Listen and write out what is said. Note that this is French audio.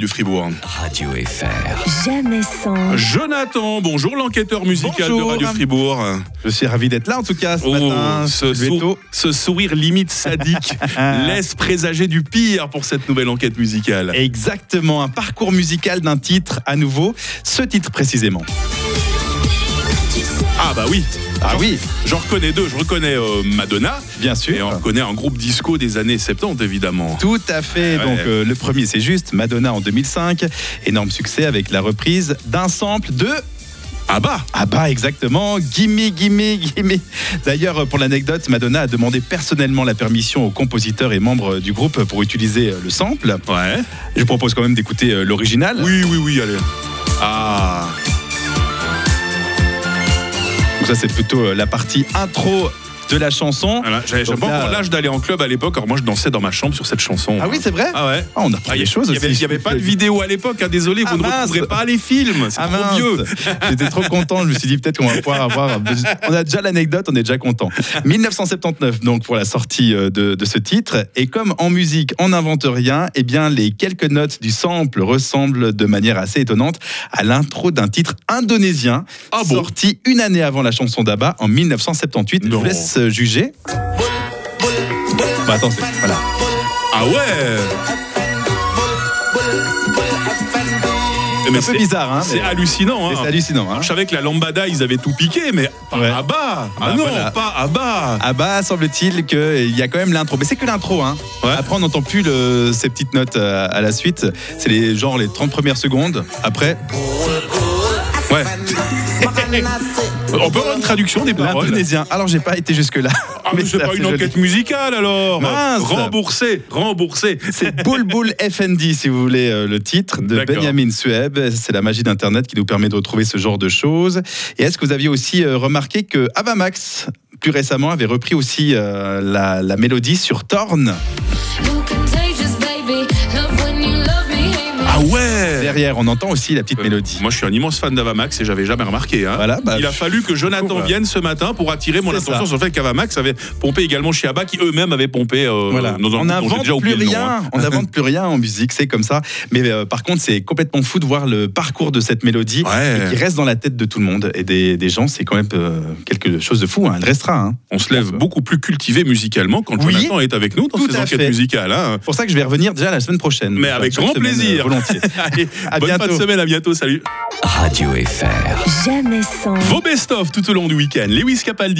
du Fribourg. Radio FR. Jamais sans. Jonathan, bonjour l'enquêteur musical Bonjour. de Radio Fribourg. Je suis ravi d'être là en tout cas ce Oh, matin. ce, Je vais sou- tôt. ce sourire limite sadique laisse présager du pire pour cette nouvelle enquête musicale. Exactement, un parcours musical d'un titre à nouveau, ce titre précisément. Ah bah oui, Ah oui, j'en reconnais deux, je reconnais euh, Madonna bien et sûr. on reconnaît un groupe disco des années 70 évidemment. Tout à fait. Ah Ouais. Donc euh, le premier c'est juste Madonna en 2005, énorme succès avec la reprise d'un sample de Ah bah Ah bah exactement, gimme, gimme, gimme. D'ailleurs, pour l'anecdote, Madonna a demandé personnellement la permission aux compositeurs et membres du groupe pour utiliser euh, le sample. Ouais. Je vous propose quand même d'écouter euh, l'original. Oui oui oui allez. Ah Donc ça c'est plutôt euh, la partie intro de la chanson. voilà, j'avais j'avais Donc là, pas encore euh, l'âge d'aller en club à l'époque, alors moi je dansais dans ma chambre sur cette chanson. Ah oui, c'est vrai Ah ouais. Ah, on apprend Ah, des y- choses y avait- aussi. Il n'y avait pas de vidéo à l'époque, hein, désolé, vous Ah, ne mince. retrouverez pas les films, c'est Ah trop mince. vieux. J'étais trop content, je me suis dit peut-être qu'on va pouvoir avoir. On a déjà l'anecdote, on est déjà content. 1979 donc pour la sortie euh, de, de ce titre. Et comme en musique on n'invente rien, eh bien les quelques notes du sample ressemblent de manière assez étonnante à l'intro d'un titre indonésien Ah bon sorti une année avant la chanson d'Abba en 1978. Je Non. vous laisse euh, juger. Bah, attends, c'est- voilà. Ah ouais Mais C'est un c'est peu bizarre, hein, c'est mais- hallucinant. mais Hein. c'est hallucinant. hein. Je savais que la lambada, ils avaient tout piqué, mais pas Ouais. à bas. Ah Bah non, voilà. pas à bas. Ah bah semble-t-il qu'il y a quand même l'intro, mais c'est que l'intro hein. Ouais. Après on n'entend plus le- ces petites notes euh, à la suite, c'est les genre les 30 premières secondes. Après Ouais. On peut avoir une traduction des paroles. l'indonésien. Alors j'ai pas été jusque là. Ah, mais c'est pas une enquête musicale alors. Mince. Remboursé, remboursé. C'est Boul Boul FND, si vous voulez, euh, le titre de D'accord. Benjamin Sueb. C'est la magie d'Internet qui nous permet de retrouver ce genre de choses. Et est-ce que vous aviez aussi euh, remarqué que Avamax, plus récemment, avait repris aussi euh, la, la mélodie sur Torn Ah ouais. Derrière, on entend aussi la petite Euh, mélodie. Moi, je suis un immense fan d'Avamax et j'avais jamais remarqué. hein. Voilà, bah, Il a fallu que Jonathan Voilà. vienne ce matin pour attirer mon C'est attention ça. sur le fait qu'Avamax avait pompé également chez Abba, qui eux-mêmes avaient pompé euh, Voilà. dans un groupe on dont j'ai n'invente déjà plus oublié le nom, hein. rien. On n'invente plus rien en musique, c'est comme ça. Mais euh, par contre, c'est complètement fou de voir le parcours de cette mélodie Ouais. et qui reste dans la tête de tout le monde et des, des gens. C'est quand même euh, quelque chose de fou. hein. Elle restera. hein. On se lève beaucoup plus cultivé musicalement quand Oui, Jonathan est avec nous dans tout ses à enquêtes fait. musicales. hein. C'est pour ça que je vais revenir déjà la semaine prochaine. Mais avec Chaque grand semaine, plaisir. euh, volontiers. Allez, À bonne fin de bientôt. semaine, à bientôt, salut. Radio FR. Jamais sans. Vos best-of tout au long du week-end. Lewis Capaldi.